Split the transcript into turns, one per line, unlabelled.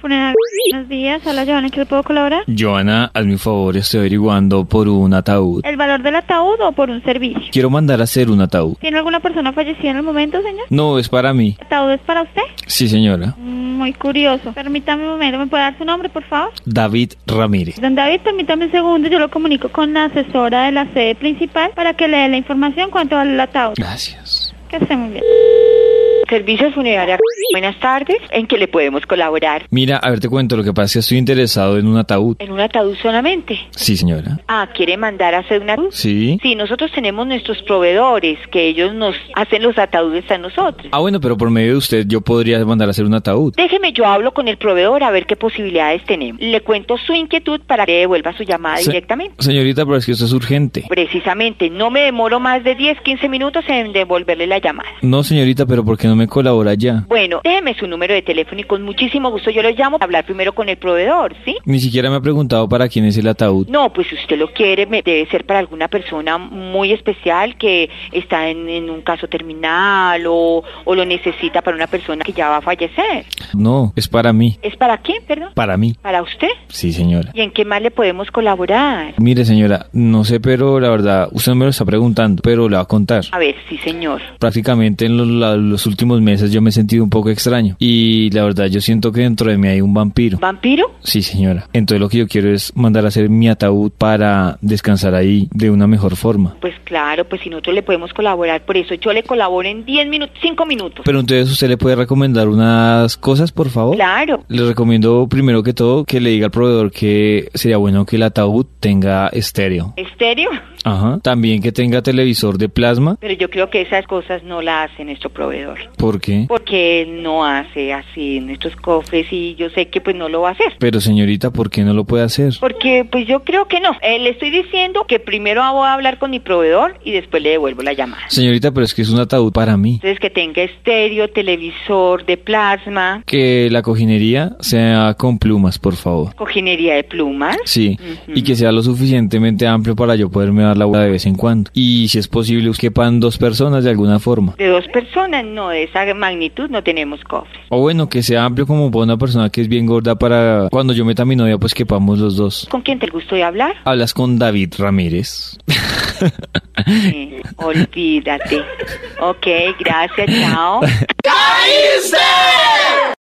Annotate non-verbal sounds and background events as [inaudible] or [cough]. Funeral, buenos días. Hola, Joana, ¿en ¿qué le puedo colaborar?
Joana, hazme un favor, estoy averiguando por un ataúd.
¿El valor del ataúd o por un servicio?
Quiero mandar a hacer un ataúd.
¿Tiene alguna persona fallecida en el momento, señor?
No, es para mí.
¿El ataúd es para usted?
Sí, señora.
Mm, Muy curioso. Permítame un momento, ¿me puede dar su nombre, por favor?
David Ramírez.
Don David, permítame un segundo, yo lo comunico con la asesora de la sede principal para que le dé la información cuanto vale el ataúd.
Gracias.
Que esté muy bien.
Servicios Funeraria. Buenas tardes. ¿En qué le podemos colaborar?
Mira, a ver, te cuento, lo que pasa es que estoy interesado en un ataúd.
¿En un ataúd solamente?
Sí, señora.
Ah, ¿quiere mandar a hacer un ataúd?
Sí.
Sí, nosotros tenemos nuestros proveedores que ellos nos hacen los ataúdes a nosotros.
Ah, bueno, pero por medio de usted yo podría mandar a hacer un ataúd.
Déjeme, yo hablo con el proveedor a ver qué posibilidades tenemos. Le cuento su inquietud para que devuelva su llamada
Se-
Ah, directamente.
Señorita, pero es que esto es urgente.
Precisamente, no me demoro más de 10, 15 minutos en devolverle la llamada.
No, señorita, pero ¿por qué no me colabora ya?
Bueno, déjeme su número de teléfono y con muchísimo gusto yo lo llamo para hablar primero con el proveedor, ¿sí?
Ni siquiera me ha preguntado para quién es el ataúd.
No, pues si usted lo quiere, me- debe ser para alguna persona muy especial que está en, en un caso terminal o, o lo necesita para una persona que ya va a fallecer.
No, es para mí.
¿Es para quién, perdón?
Para mí.
¿Para usted?
Sí, señora.
¿Y en qué más le podemos colaborar?
Mire, señora, no sé, pero la verdad, usted me lo está preguntando, pero le va a contar.
A ver, sí, señor.
prácticamente en los, la- los últimos meses yo me he sentido un poco extraño y la verdad yo siento que dentro de mí hay un vampiro.
¿Vampiro?
Sí, señora. Entonces lo que yo quiero es mandar a hacer mi ataúd para descansar ahí de una mejor forma.
Pues claro, pues si nosotros le podemos colaborar, por eso yo le colaboro en 10 minutos, 5 minutos.
Pero entonces usted le puede recomendar unas cosas, por favor.
Claro.
Le recomiendo primero que todo que le diga al proveedor que sería bueno que el ataúd tenga estéreo.
¿Estéreo? [laughs]
Ajá. También que tenga televisor de plasma.
Pero yo creo que esas cosas no las hace nuestro proveedor.
¿Por qué?
porque él no hace así en estos cofres y yo sé que pues no lo va a hacer.
Pero señorita, ¿por qué no lo puede hacer?
Porque pues yo creo que no. Eh, le estoy diciendo que primero voy a hablar con mi proveedor y después le devuelvo la llamada.
Señorita, pero es que es un ataúd para mí.
Entonces que tenga estéreo, televisor de plasma,
Que la cojinería sea con plumas, por favor.
cojinería de plumas.
Sí,
Ujú.
y que sea lo suficientemente amplio para yo poderme dar la vuelta de vez en cuando. Y si es posible, quepan dos personas de alguna forma.
De dos personas, no, de esa magnitud no tenemos cofres.
O bueno, que sea amplio como para una persona que es bien gorda para cuando yo meta a mi novia, pues quepamos los dos.
¿Con quién te gustó de hablar?
Hablas con David Ramírez. [laughs]
Eh, olvídate. Ok, gracias, chao.